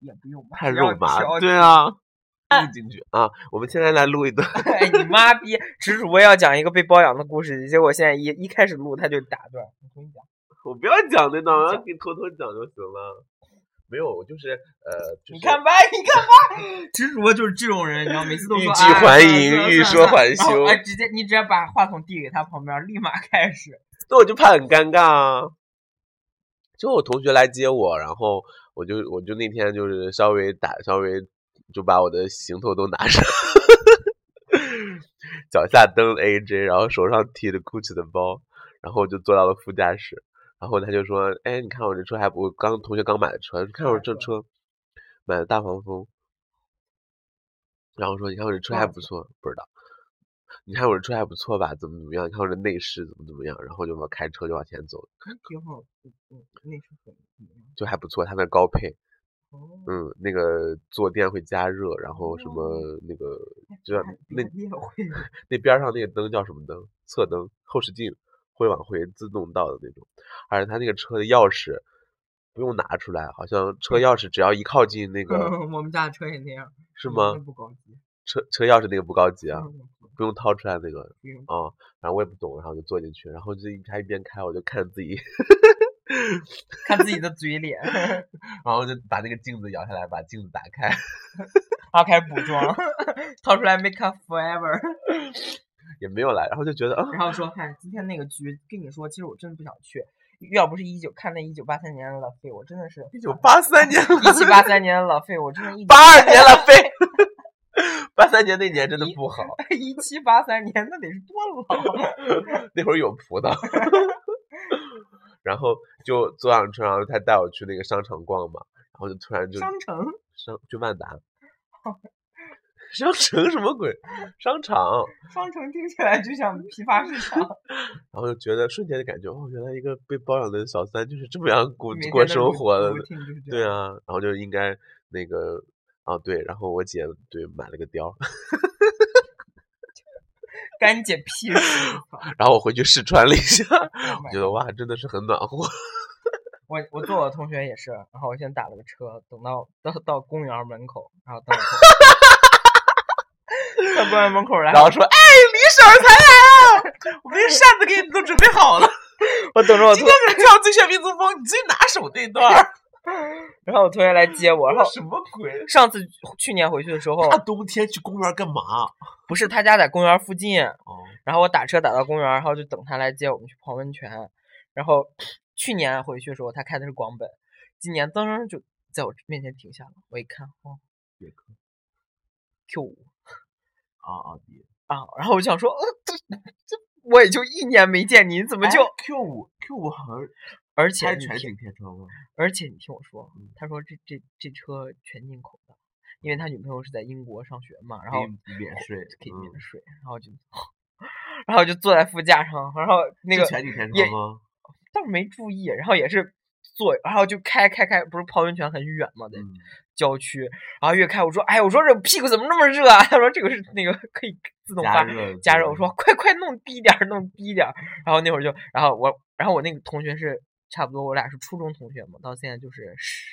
Speaker 3: 也不用吧
Speaker 2: 太
Speaker 3: 不要
Speaker 2: 肉麻。
Speaker 3: 挑
Speaker 2: 对啊，录进去啊。我们现在来录一段。 <laughs>
Speaker 3: 哎，你妈逼！直主播要讲一个被包养的故事，结果现在一一开始录他就打断。我跟你讲，
Speaker 2: 我不要讲那段，我要
Speaker 3: 讲
Speaker 2: 给你偷偷讲就行了。没有，我就是呃，就是、
Speaker 3: 你看吧，你看 <laughs> 吧，直说就是这种人，你知道，每次都
Speaker 2: 欲
Speaker 3: 说
Speaker 2: 拒还迎
Speaker 3: 哎算了
Speaker 2: 欲
Speaker 3: 算
Speaker 2: 说
Speaker 3: 了
Speaker 2: 还
Speaker 3: 然后
Speaker 2: 休
Speaker 3: 哎，直接你直接把话筒递给他旁边，立马开始。 <laughs>
Speaker 2: 那我就怕很尴尬啊。就我同学来接我，然后我就我就那天就是稍微打稍微就把我的行头都拿上， <laughs> 脚下蹬 AJ，然后手上提着 GUCCI 的包，然后我就坐到了副驾驶，然后他就说：“哎，你看我这车还不我刚同学刚买的车，你看我这车买的大黄蜂。”然后说：“你看我这车还
Speaker 3: 嗯
Speaker 2: 不错，不知道。”你看我这车还不错吧？怎么怎么样？你看我这内饰怎么怎么样？然后就往开车就往前走，
Speaker 3: 挺好，嗯嗯，那是很怎么样？
Speaker 2: 就还不错。它那高配，
Speaker 3: 哦，
Speaker 2: 嗯，那个坐垫会加热，然后什么
Speaker 3: 嗯
Speaker 2: 那个就像啊那
Speaker 3: 你也会
Speaker 2: 那边儿上那个灯叫什么灯？侧灯、后视镜会往回自动倒的那种。而且它那个车的钥匙不用拿出来，好像车钥匙只要一靠近那个
Speaker 3: <laughs> 我们家的车也那样，
Speaker 2: 是
Speaker 3: 嗯
Speaker 2: 吗
Speaker 3: 那？不高级
Speaker 2: 车车钥匙那个不高级啊，
Speaker 3: 嗯嗯
Speaker 2: 不用掏出来那个。
Speaker 3: 嗯
Speaker 2: 啊、然后我也不懂，然后就坐进去，然后就一开一边开，我就看自己 <laughs>
Speaker 3: 看自己的嘴脸，
Speaker 2: 然后就把那个镜子摇下来，把镜子打开， <laughs>
Speaker 3: 然后开始补妆，掏出来 make up forever， <laughs>
Speaker 2: 也没有来，然后就觉得啊，
Speaker 3: 然后说，嗨，今天那个局，跟你说，其实我真的不想去，要不是一九看那一九八三年的老费，我真的是
Speaker 2: 一九八三年 <laughs>
Speaker 3: 一七八三年的老费，我真的一
Speaker 2: 八二年了，飞，八三年那年真的
Speaker 3: 一
Speaker 2: 不好，
Speaker 3: 一七八三年那得是多老？啊
Speaker 2: 那会儿有葡萄， <laughs> 然后就坐上车，然后他带我去那个商场逛嘛，然后就突 <laughs> 然就
Speaker 3: 商城
Speaker 2: 商去万达，商城什么鬼？商场，
Speaker 3: 商城听起来就像批发市
Speaker 2: <laughs>
Speaker 3: 场，
Speaker 2: 然后就觉得瞬间就感觉哦，原来一个被包养的小三就是这么样过
Speaker 3: 每
Speaker 2: 过
Speaker 3: 天的
Speaker 2: 生
Speaker 3: 路
Speaker 2: 活的
Speaker 3: 路，径就是这
Speaker 2: 对
Speaker 3: 样。
Speaker 2: 啊，然后就应该那个啊，对，然后我姐对买了个貂儿， <laughs>
Speaker 3: 干你姐屁事！
Speaker 2: 然后我回去试穿了一 <laughs> 下，
Speaker 3: 我
Speaker 2: 觉得哇，真的是很暖和。
Speaker 3: 我我坐我同学也是，然后我先打了个车，等到 <laughs> 到到公园门口，然后到
Speaker 2: <laughs>
Speaker 3: 到公园门口来，
Speaker 2: 然后 <laughs> 说，哎，
Speaker 3: 李婶儿才来
Speaker 2: 啊
Speaker 3: 了，我们这扇子给你都准备好了，
Speaker 2: <laughs> 我等着我
Speaker 3: 今
Speaker 2: 同
Speaker 3: 天
Speaker 2: 可跳最炫民族风，你最拿手那段 <laughs> 儿，
Speaker 3: 然后我同学来接我，然后
Speaker 2: 什么鬼？哦
Speaker 3: 上次去年回去的时候，
Speaker 2: 大冬天去公园干嘛？
Speaker 3: 不是他家在公园附近，
Speaker 2: 哦，
Speaker 3: 然后我打车打到公园儿，然后就等他来接我们去泡温泉。然后 <sniffs> 去年回去的时候，他开的是广本，今年噔儿就在我面前停下了。我一看，哦，
Speaker 2: 别克
Speaker 3: Q 五
Speaker 2: 啊奥迪，
Speaker 3: 啊，然后我就想说，呃，这这我也就一年没见你，你怎
Speaker 2: 我
Speaker 3: 么就？
Speaker 2: 哎 Q 五 Q 五好像
Speaker 3: 而且
Speaker 2: 开
Speaker 3: 你听，
Speaker 2: 哎全景嗯天窗吗？
Speaker 3: 而且你听我说，他说这这这车全进口的，因为他女朋友是在英国上学嘛，然后
Speaker 2: 可以免税，
Speaker 3: 可以免
Speaker 2: 嗯
Speaker 3: 税，然后就， <laughs> 然后就坐在副驾上，然后那
Speaker 2: 是
Speaker 3: 个
Speaker 2: 全景天
Speaker 3: 也呃
Speaker 2: 窗吗？
Speaker 3: 倒是没注意，然后也是坐，然后就开开开，不是泡温泉很远嘛，在
Speaker 2: 嗯，
Speaker 3: 郊区，然后越开我说，哎，我说这屁股怎么那么热啊？ <laughs> 他说这个是那个可
Speaker 2: <laughs>
Speaker 3: 以自动
Speaker 2: 加
Speaker 3: 发
Speaker 2: 热嗯
Speaker 3: 加
Speaker 2: 自
Speaker 3: 热，
Speaker 2: 动
Speaker 3: 我说快快弄低点儿，弄低点儿，然后那会儿就，然后我，然后我那个同学是差不多我俩是初中同学嘛，到现在就是十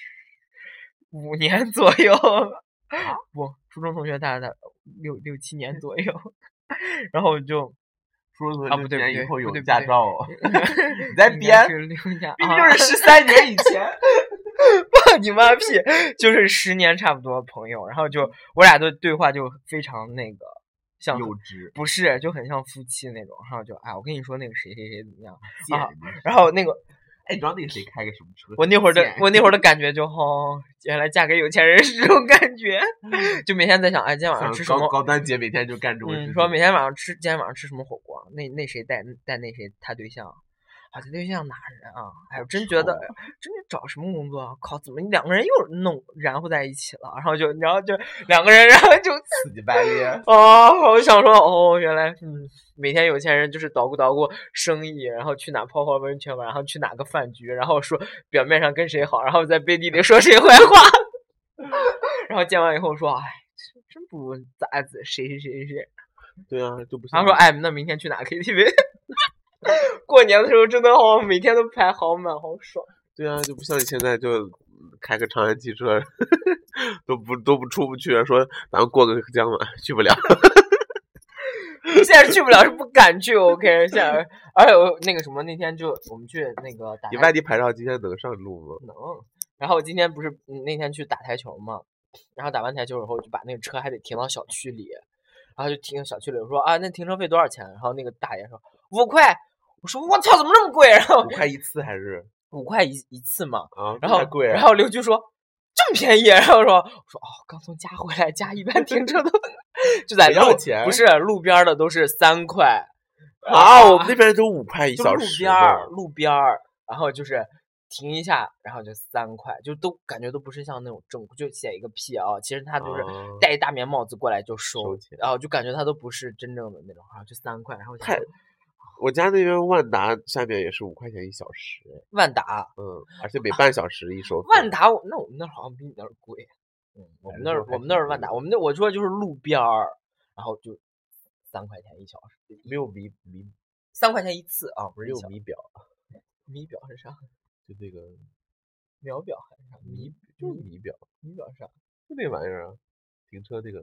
Speaker 3: 五年左右，
Speaker 2: 啊
Speaker 3: 不，初中同学大概在六六七年左右， <laughs> 然后就。
Speaker 2: 说说
Speaker 3: 啊不对不对
Speaker 2: 以后
Speaker 3: 不
Speaker 2: 有
Speaker 3: 对不
Speaker 2: 驾
Speaker 3: 对
Speaker 2: 照 <laughs> 哦，你在
Speaker 3: 应
Speaker 2: 编
Speaker 3: 该，是六年，
Speaker 2: 毕
Speaker 3: 啊
Speaker 2: 竟是十三年以
Speaker 3: <laughs>
Speaker 2: 前。
Speaker 3: 你妈屁！就是十年差不多的朋友，然后就我俩的对话就非常那个，像
Speaker 2: 幼稚，
Speaker 3: 不是就很像夫妻那种，然后就哎，我跟你说那个谁谁谁怎么样，
Speaker 2: 贱
Speaker 3: 啊
Speaker 2: 人家
Speaker 3: 然后那个
Speaker 2: 哎，你知道那个谁开个什么车？
Speaker 3: 我那会儿的
Speaker 2: 贱
Speaker 3: 我那会儿的感觉就哦，原来嫁给有钱人是这种感觉， <laughs> 就每天在想哎今天晚上
Speaker 2: 嗯像
Speaker 3: 吃什
Speaker 2: 高
Speaker 3: 么。
Speaker 2: 高端姐每天就干这种事
Speaker 3: 嗯，
Speaker 2: 情。
Speaker 3: 说每天晚上吃，今天晚上吃什么火锅？那那谁带带那谁他对象，啊，他对象哪人啊？哎，我真觉得
Speaker 2: 丑
Speaker 3: 真的找什么工作啊？靠，怎么两个人又弄然后在一起了？然后就然后就两个人，然后就
Speaker 2: 死乞白
Speaker 3: <laughs>
Speaker 2: 啊咧，
Speaker 3: 哦，我想说哦，原来嗯，每天有钱人就是捣鼓捣鼓生意，然后去哪泡泡温泉玩，然后去哪个饭局，然后说表面上跟谁好，然后在背地里说谁坏话， <laughs> 然后见完以后说哎。真不如咋子谁谁谁谁谁，
Speaker 2: 对啊，就不
Speaker 3: 然
Speaker 2: 像
Speaker 3: 后说
Speaker 2: 你，
Speaker 3: 哎，那明天去哪 KTV？过年的时候真的好，每天都排好满，好爽。
Speaker 2: 对啊，就不像你现在就嗯开个长安汽车， <laughs> 都不都不出不去，啊说咱们过个江吧，去不了。 <laughs>
Speaker 3: 现在去不了，是不敢去。OK，现在而且我那个什么，那天就我们去那个打
Speaker 2: 你
Speaker 3: 篮
Speaker 2: 外地牌照今天能上路吗？
Speaker 3: 能，然后我今天不是嗯那天去打台球嘛，然后打完台球以后就把那个车还得停到小区里，然后就停小区里，我说啊那停车费多少钱？然后那个大爷说五块，我说我操怎么这么贵？然后
Speaker 2: 五块一次还是
Speaker 3: 五块一一次嘛，
Speaker 2: 啊？
Speaker 3: 然
Speaker 2: 这
Speaker 3: 后
Speaker 2: 还贵啊，
Speaker 3: 然后刘局说这么便宜，啊然后说我说哦刚从家回来，家一般停车
Speaker 2: <laughs>
Speaker 3: 都就在
Speaker 2: 也要
Speaker 3: 路
Speaker 2: 钱
Speaker 3: 不是路边儿的都是三块
Speaker 2: 啊，我们那边都五块一
Speaker 3: 就
Speaker 2: 小
Speaker 3: 路
Speaker 2: 时
Speaker 3: 边
Speaker 2: 呢，
Speaker 3: 儿，路边儿，然后就是停一下，然后就三块，就都感觉都不是像那种正，就写一个 P 啊，其实他就是
Speaker 2: 哦
Speaker 3: 戴一大棉帽子过来就收，
Speaker 2: 收钱
Speaker 3: 然后就感觉他都不是真正的那种，啊，就三块，然后我想
Speaker 2: 太
Speaker 3: 说
Speaker 2: 我家那边万达下面也是五块钱一小时，
Speaker 3: 万达，
Speaker 2: 嗯，而且每半小时一收
Speaker 3: 啊
Speaker 2: 费。
Speaker 3: 万达，那我们那儿好像比你那儿贵，嗯，我
Speaker 2: 反
Speaker 3: 们那
Speaker 2: 正就
Speaker 3: 儿
Speaker 2: 还
Speaker 3: 我们
Speaker 2: 挺
Speaker 3: 那儿
Speaker 2: 贵
Speaker 3: 万达，
Speaker 2: 的
Speaker 3: 我们那我说就是路边儿，然后就三块钱一小时，
Speaker 2: 没有米米
Speaker 3: 三块钱一次啊，不是
Speaker 2: 没
Speaker 3: 一
Speaker 2: 有
Speaker 3: 小
Speaker 2: 米表，
Speaker 3: 米表是啥？
Speaker 2: 就那个
Speaker 3: 秒表还是啥？米
Speaker 2: 就是米表，
Speaker 3: 米表是啥？
Speaker 2: 就那玩意儿啊，停车那个，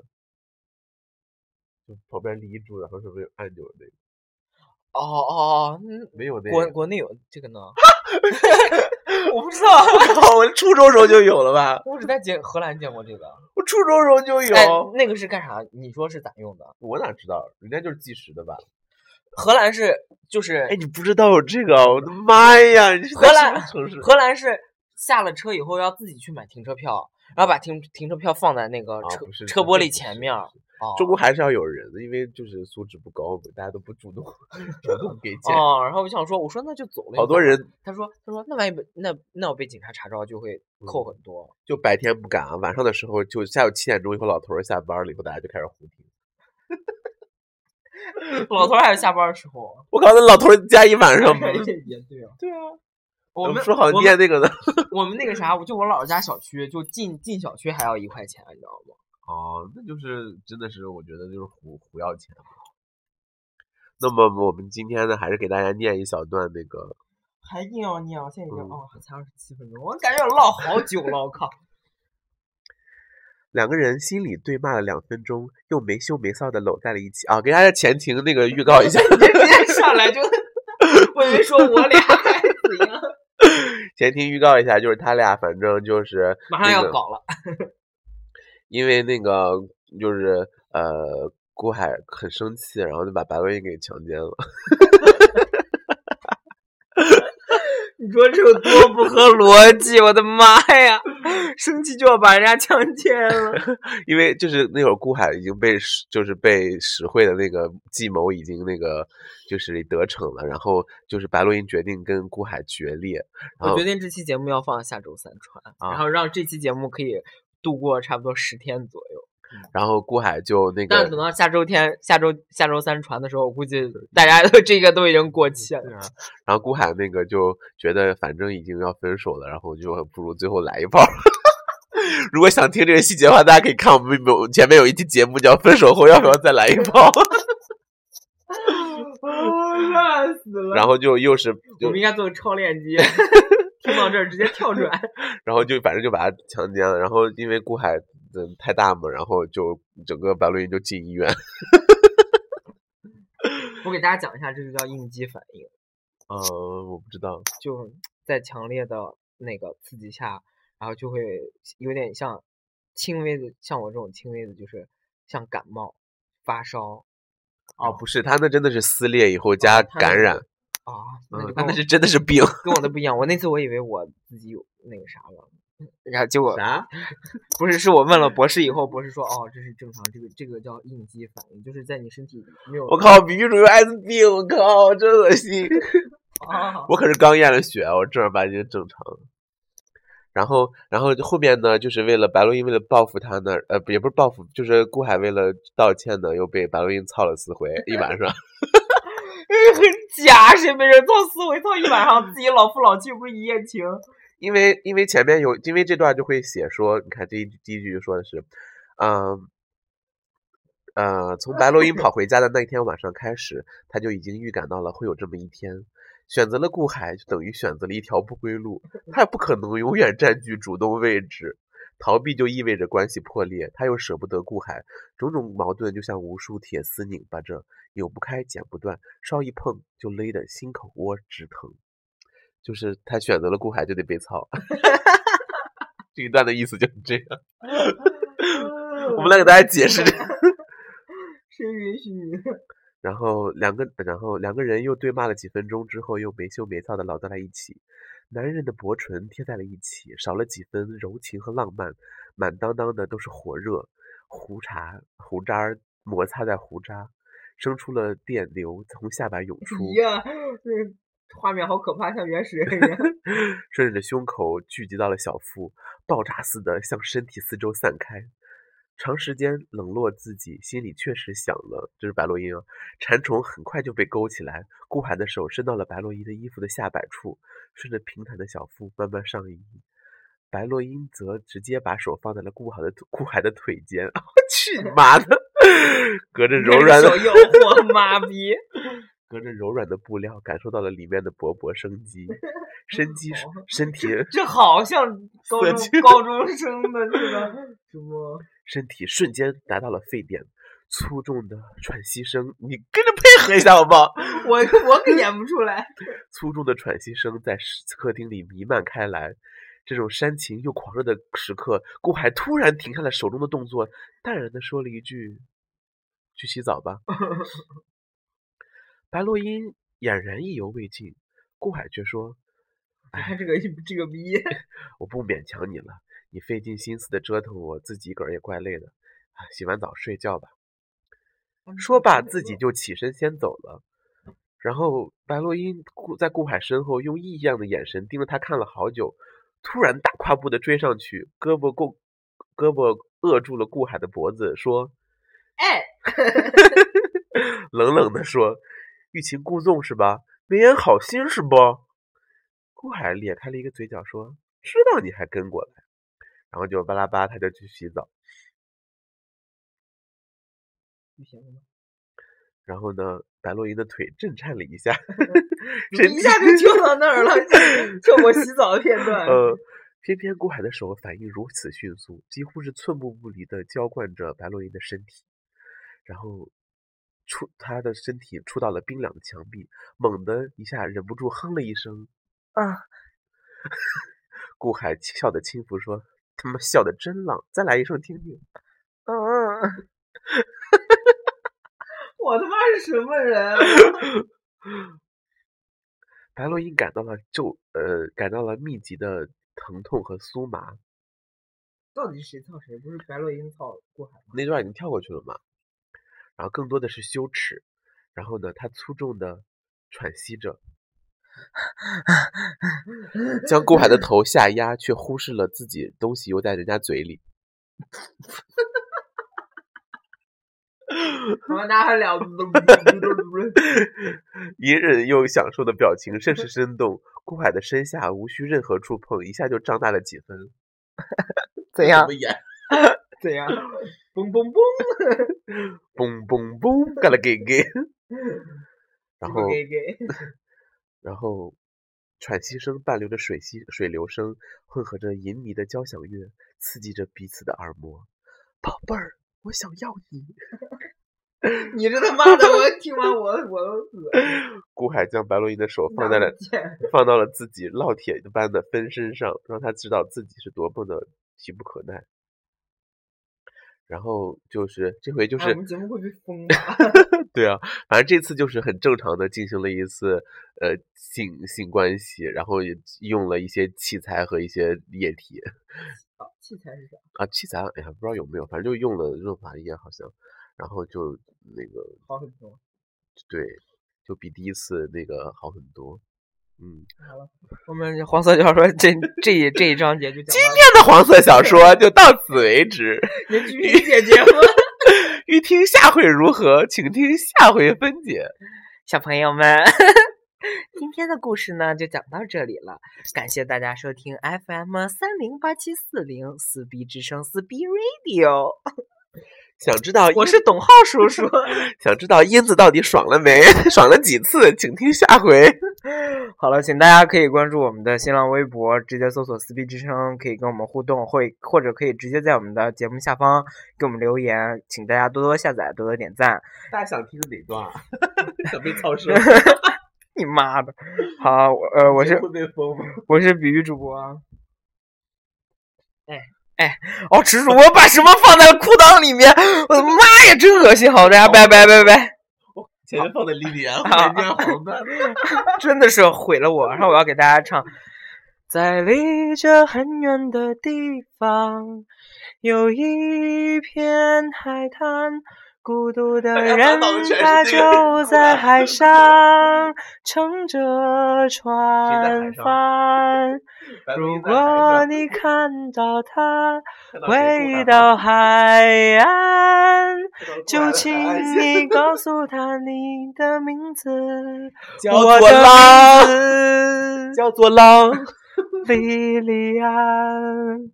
Speaker 2: 就旁边立一柱，然后上面有按钮那个，
Speaker 3: 哦哦哦，嗯
Speaker 2: 没有那
Speaker 3: 国
Speaker 2: 个。
Speaker 3: <laughs> 国内有这个呢？我不知道，
Speaker 2: 靠！我初中时候就有了吧？
Speaker 3: 我只在见荷兰见过这个。
Speaker 2: 我初中时候就有
Speaker 3: 哎，那个是干啥？你说是咋用的？
Speaker 2: 我哪知道？人家就是计时的吧？
Speaker 3: 荷兰是就是
Speaker 2: 哎，你不知道有这个啊？我的妈呀！你是在
Speaker 3: 荷
Speaker 2: 什
Speaker 3: 兰
Speaker 2: 么城市？
Speaker 3: 荷兰是下了车以后要自己去买停车票，然后把停停车票放在那个
Speaker 2: 啊
Speaker 3: 车
Speaker 2: 不是
Speaker 3: 车
Speaker 2: 不
Speaker 3: 玻
Speaker 2: 是
Speaker 3: 璃
Speaker 2: 不
Speaker 3: 前
Speaker 2: 是
Speaker 3: 面儿。
Speaker 2: 不是
Speaker 3: 哦
Speaker 2: 中国还是要有人的，因为就是素质不高嘛，大家都不主动主动给钱。
Speaker 3: 哦，然后我想说，我说那就走了。
Speaker 2: 好多。人
Speaker 3: 他说：“他说那万一被那那我被警察查着就会扣
Speaker 2: 嗯
Speaker 3: 很多。
Speaker 2: 就白天不敢啊，晚上的时候就下午七点钟以后，老头儿下班了以后，大家就开始胡听。，
Speaker 3: 老头儿还有下班儿的时候 <laughs>
Speaker 2: 我靠，那老头儿加一晚上
Speaker 3: 也对啊，对啊。我们
Speaker 2: 说好
Speaker 3: 我们
Speaker 2: 念那个的。
Speaker 3: 我们那个啥，我就我姥姥家小区，就进进小区还要一块钱，你知道吗？
Speaker 2: 哦，那就是真的是，我觉得就是胡胡要钱嘛。那么我们今天呢，还是给大家念一小段那个，
Speaker 3: 还硬要念，我现在已经
Speaker 2: 嗯
Speaker 3: 哦，才二十七分钟，我感觉我唠好久了，我靠！
Speaker 2: 两个人心里对骂了两分钟，又没羞没臊的搂在了一起啊！给大家前情那个预告一下，
Speaker 3: 直接上来就，我以为说我俩还怎样，
Speaker 2: 前情预告一下，就是他俩反正就是
Speaker 3: 马上
Speaker 2: 那
Speaker 3: 要
Speaker 2: 个
Speaker 3: 搞了。
Speaker 2: 因为那个就是呃，顾海很生气，然后就把白洛因给强奸了。 <laughs>
Speaker 3: 你说这有多不合逻辑？我的妈呀！生气就要把人家强奸了。
Speaker 2: 因为就是那会儿顾海已经被实就是被实惠的那个计谋已经那个就是得逞了，然后就是白洛因决定跟顾海决裂。
Speaker 3: <laughs> 我
Speaker 2: 然后
Speaker 3: 决定这期节目要放下周三传，
Speaker 2: 啊
Speaker 3: 然后让这期节目可以度过差不多十天左右。
Speaker 2: 然后顾海就那
Speaker 3: 但等
Speaker 2: 个，
Speaker 3: 到下周天、下周下周三传的时候，我估计大家都 <laughs> 这个都已经过期了。
Speaker 2: 然后顾海那个就觉得反正已经要分手了，然后就不如最后来一炮儿。 <laughs> 如果想听这个细节的话，大家可以看我们有前面有一期节目叫《分手后要不要再来一
Speaker 3: <laughs>
Speaker 2: 炮》，
Speaker 3: 哦， <laughs> 烂死了！
Speaker 2: 然后就
Speaker 3: <laughs>
Speaker 2: 又是
Speaker 3: 我
Speaker 2: 就
Speaker 3: 们应该做个超链 <laughs> 接，听到这儿直接跳转。
Speaker 2: 然后就反正就把他强奸了，然后因为顾海嗯太大嘛，然后就整个白鹿原就进医
Speaker 3: <laughs>
Speaker 2: 院。<laughs>
Speaker 3: 我给大家讲一下，这个叫应激反应，
Speaker 2: 嗯，我不知道，
Speaker 3: 就在强烈的那个刺激下，然后就会有点像轻微的，像我这种轻微的，就是像感冒、发烧
Speaker 2: 哦，不是，他那真的是撕裂以后加
Speaker 3: 哦他那
Speaker 2: 感
Speaker 3: 个
Speaker 2: 染，
Speaker 3: 啊，那
Speaker 2: 嗯
Speaker 3: 就，
Speaker 2: 他
Speaker 3: 跟
Speaker 2: 那
Speaker 3: 我
Speaker 2: 是真的是病。
Speaker 3: 跟我的不一样。我那次我以为我自己有那个啥了， <laughs> 然后结果
Speaker 2: 啥？
Speaker 3: 不是，是我问了博士以后，博士说哦，这是正常，这个这个叫应激反应，就是在你身体没有
Speaker 2: 我靠，比喻主任艾滋病，我靠，真恶心。
Speaker 3: 啊，
Speaker 2: 我可是刚验了血，我正儿八经正常。然后，然后后面呢，就是为了白鹿因为了报复他呢，呃，不也不是报复，就是顾海为了道歉呢，又被白鹿因操了四回，一晚
Speaker 3: <laughs>
Speaker 2: 上。
Speaker 3: 很假，谁没人操思维操一晚上，自己老夫老妻不是一夜 <laughs> 情，
Speaker 2: 因为因为前面有，因为这段就会写说，你看这一句第一句就说的是，嗯、呃，从白洛因跑回家的那一天晚上开始，他就已经预感到了会有这么一天。选择了顾海，就等于选择了一条不归路。他不可能永远占据主动位置，逃避就意味着关系破裂。他又舍不得顾海，种种矛盾就像无数铁丝拧巴着，扭不开，剪不断，稍一碰就勒得心口窝直疼。就是他选择了顾海就得被操，这一段的意思就是这样。我们来给大家解释这。
Speaker 3: 谁允许你？
Speaker 2: 然后两个，然后两个人又对骂了几分钟之后，又没羞没臊的搂到了一起。男人的薄唇贴在了一起，少了几分柔情和浪漫，满当当的都是火热。胡茬胡渣儿摩擦在胡渣，生出了电流从下巴涌出。
Speaker 3: 呀，那个画面好可怕，像原始人一样。
Speaker 2: 顺着胸口聚集到了小腹，爆炸似的向身体四周散开。长时间冷落自己，心里确实想了，这是白洛因啊。馋虫很快就被勾起来，顾海的手伸到了白洛因的衣服的下摆处，顺着平坦的小腹慢慢上移。白洛因则直接把手放在了顾海的顾海的腿间， <laughs> 我去你妈的！隔着 <laughs> 柔软的
Speaker 3: 手诱惑，妈逼！
Speaker 2: 隔着柔软的布料，感受到了里面的勃勃生机，生机是
Speaker 3: 好
Speaker 2: 身体
Speaker 3: <laughs> 这好像高
Speaker 2: 色
Speaker 3: 中
Speaker 2: 情
Speaker 3: 高中生的这个什么？
Speaker 2: 身体瞬间达到了沸点，粗重的喘息声，你跟着配合一下好不好？ <laughs>
Speaker 3: 我我可演不出来。
Speaker 2: 粗重的喘息声在食客厅里弥漫开来。这种煽情又狂热的时刻，顾海突然停下了手中的动作，淡然的说了一句：“去洗澡吧。” <laughs> 白洛因俨然意犹未尽，顾海却说：“哎
Speaker 3: 你看哎这个这个逼，
Speaker 2: 我不勉强你了，你费尽心思的折腾我，自己一个人也怪累的。啊洗完澡睡觉吧。” <laughs>
Speaker 3: 嗯
Speaker 2: 说罢，自己就起身先走了。然后白洛因顾在顾海身后，用异样的眼神盯着他看了好久，突然大跨步的追上去，胳膊够胳膊扼住了顾海的脖子，说
Speaker 3: 哎，
Speaker 2: <laughs> 冷冷的说：“欲擒故纵是吧？没安好心是不？”顾海咧开了一个嘴角说：“知道你还跟过来。”然后就巴拉巴，他就去洗澡。
Speaker 3: 不行了吗，
Speaker 2: 然后呢，白洛因的腿震颤了一下
Speaker 3: 你
Speaker 2: 身
Speaker 3: 一下
Speaker 2: 体
Speaker 3: 就
Speaker 2: <laughs>
Speaker 3: 跳到那儿了，这我洗澡的片 <laughs> 段。
Speaker 2: 呃，偏偏顾海的手反应如此迅速，几乎是寸步不离的浇灌着白洛因的身体，然后触他的身体触到了冰凉的墙壁，猛地一下忍不住哼了一声啊！顾海笑得轻浮说：“他妈笑的真浪，再来一声听听。”嗯嗯嗯。
Speaker 3: <laughs> 我他妈是什么人啊？ <laughs>
Speaker 2: 白洛因感到了就呃感到了密集的疼痛和酥麻。
Speaker 3: 到底谁操谁？不是白洛因操顾海吗？
Speaker 2: 那段已经跳过去了嘛，然后更多的是羞耻。然后呢，他粗重的喘息着，将顾海的头下压，却忽视了自己东西又在人家嘴里。 <laughs>
Speaker 3: <laughs> 我那还了不
Speaker 2: <laughs>
Speaker 3: 得？
Speaker 2: 隐忍又享受的表情甚是生动。顾海的身下无需任何触碰，一下就胀大了几分。
Speaker 3: 怎
Speaker 2: 怎
Speaker 3: 样
Speaker 2: 么？演？
Speaker 3: 怎样？嘣嘣嘣！
Speaker 2: 嘣嘣嘣，嘎啦给给。 <laughs> 然后
Speaker 3: 给 <laughs> 给
Speaker 2: 然后喘息声伴流着水息水流声，混合着淫靡的交响乐，刺激着彼此的耳膜。宝贝儿，我想要你。
Speaker 3: 你这他妈的！我听完我我都死了。
Speaker 2: 顾海将白洛因的手放在
Speaker 3: 哪
Speaker 2: 了
Speaker 3: 不见
Speaker 2: 放到了自己烙铁一般的分身上，让他知道自己是多么的急不可耐。然后就是这回就
Speaker 3: 哎
Speaker 2: 是、
Speaker 3: 我们节目会被 <laughs> 封吧？
Speaker 2: 对啊，反正这次就是很正常的进行了一次呃性性关系，然后也用了一些器材和一些液体。
Speaker 3: 好器材是啥？
Speaker 2: 啊，器材，哎呀，不知道有没有，反正就用了润滑液好像，然后就那个
Speaker 3: 好很多。
Speaker 2: 对，就比第一次那个好很多。嗯，
Speaker 3: 我们 <laughs> 黄色小说这这这一章节就讲完了。
Speaker 2: 今天的黄色小 <laughs> 说就到此为止， <laughs>
Speaker 3: 也继续解结婚。
Speaker 2: 欲听下回如何，请听下回分解。
Speaker 3: <laughs> 小朋友们， <laughs> 今天的故事呢就讲到这里了，感谢大家收听 FM 三零八七四零四 B 之声四 B Radio， <laughs>
Speaker 2: 想知道
Speaker 3: 我
Speaker 2: 英
Speaker 3: 是董浩叔叔，
Speaker 2: 想知道英子到底爽了没， <laughs> 爽了几次，请听下回。
Speaker 3: 好了，请大家可以关注我们的新浪微博，直接搜索“撕逼之声”，可以跟我们互动，或或者可以直接在我们的节目下方给我们留言，请大家多多下载，多多点赞。
Speaker 2: <laughs> 大家想听哪段？啊 <laughs> 想被 <laughs> 超生？
Speaker 3: 你妈的！
Speaker 2: <laughs>
Speaker 3: 好，我呃，我是
Speaker 2: 被封吗？
Speaker 3: 我是比喻主播啊。哎，哦，耻辱！我把什么放在了裤裆里面？我的妈呀，真恶心！好，大家拜拜拜拜！
Speaker 2: 前面放的莉莉安，后
Speaker 3: 啊
Speaker 2: 面变黄的。 <laughs>
Speaker 3: <laughs> 真的是毁了我。然后我要给大家唱，在离这很远的地方，有一片海滩。孤独的
Speaker 2: 大家
Speaker 3: 人
Speaker 2: 脑子全，是
Speaker 3: 他
Speaker 2: 这
Speaker 3: 就
Speaker 2: 个
Speaker 3: 在海上，乘着船
Speaker 2: 上
Speaker 3: 帆。
Speaker 2: 白鹿
Speaker 3: 如
Speaker 2: 应该还
Speaker 3: 果
Speaker 2: 是
Speaker 3: 你看到
Speaker 2: <laughs>
Speaker 3: 他
Speaker 2: 看
Speaker 3: 回
Speaker 2: 到谁过来了
Speaker 3: 到海
Speaker 2: <laughs>
Speaker 3: 岸，
Speaker 2: 看到过来
Speaker 3: 就
Speaker 2: 了
Speaker 3: 请
Speaker 2: 哎 <laughs>
Speaker 3: 你告诉他你的名字，
Speaker 2: 叫
Speaker 3: 我
Speaker 2: 做
Speaker 3: 的名
Speaker 2: 狼，
Speaker 3: 字 <laughs>
Speaker 2: 叫做狼。
Speaker 3: 莉莉安。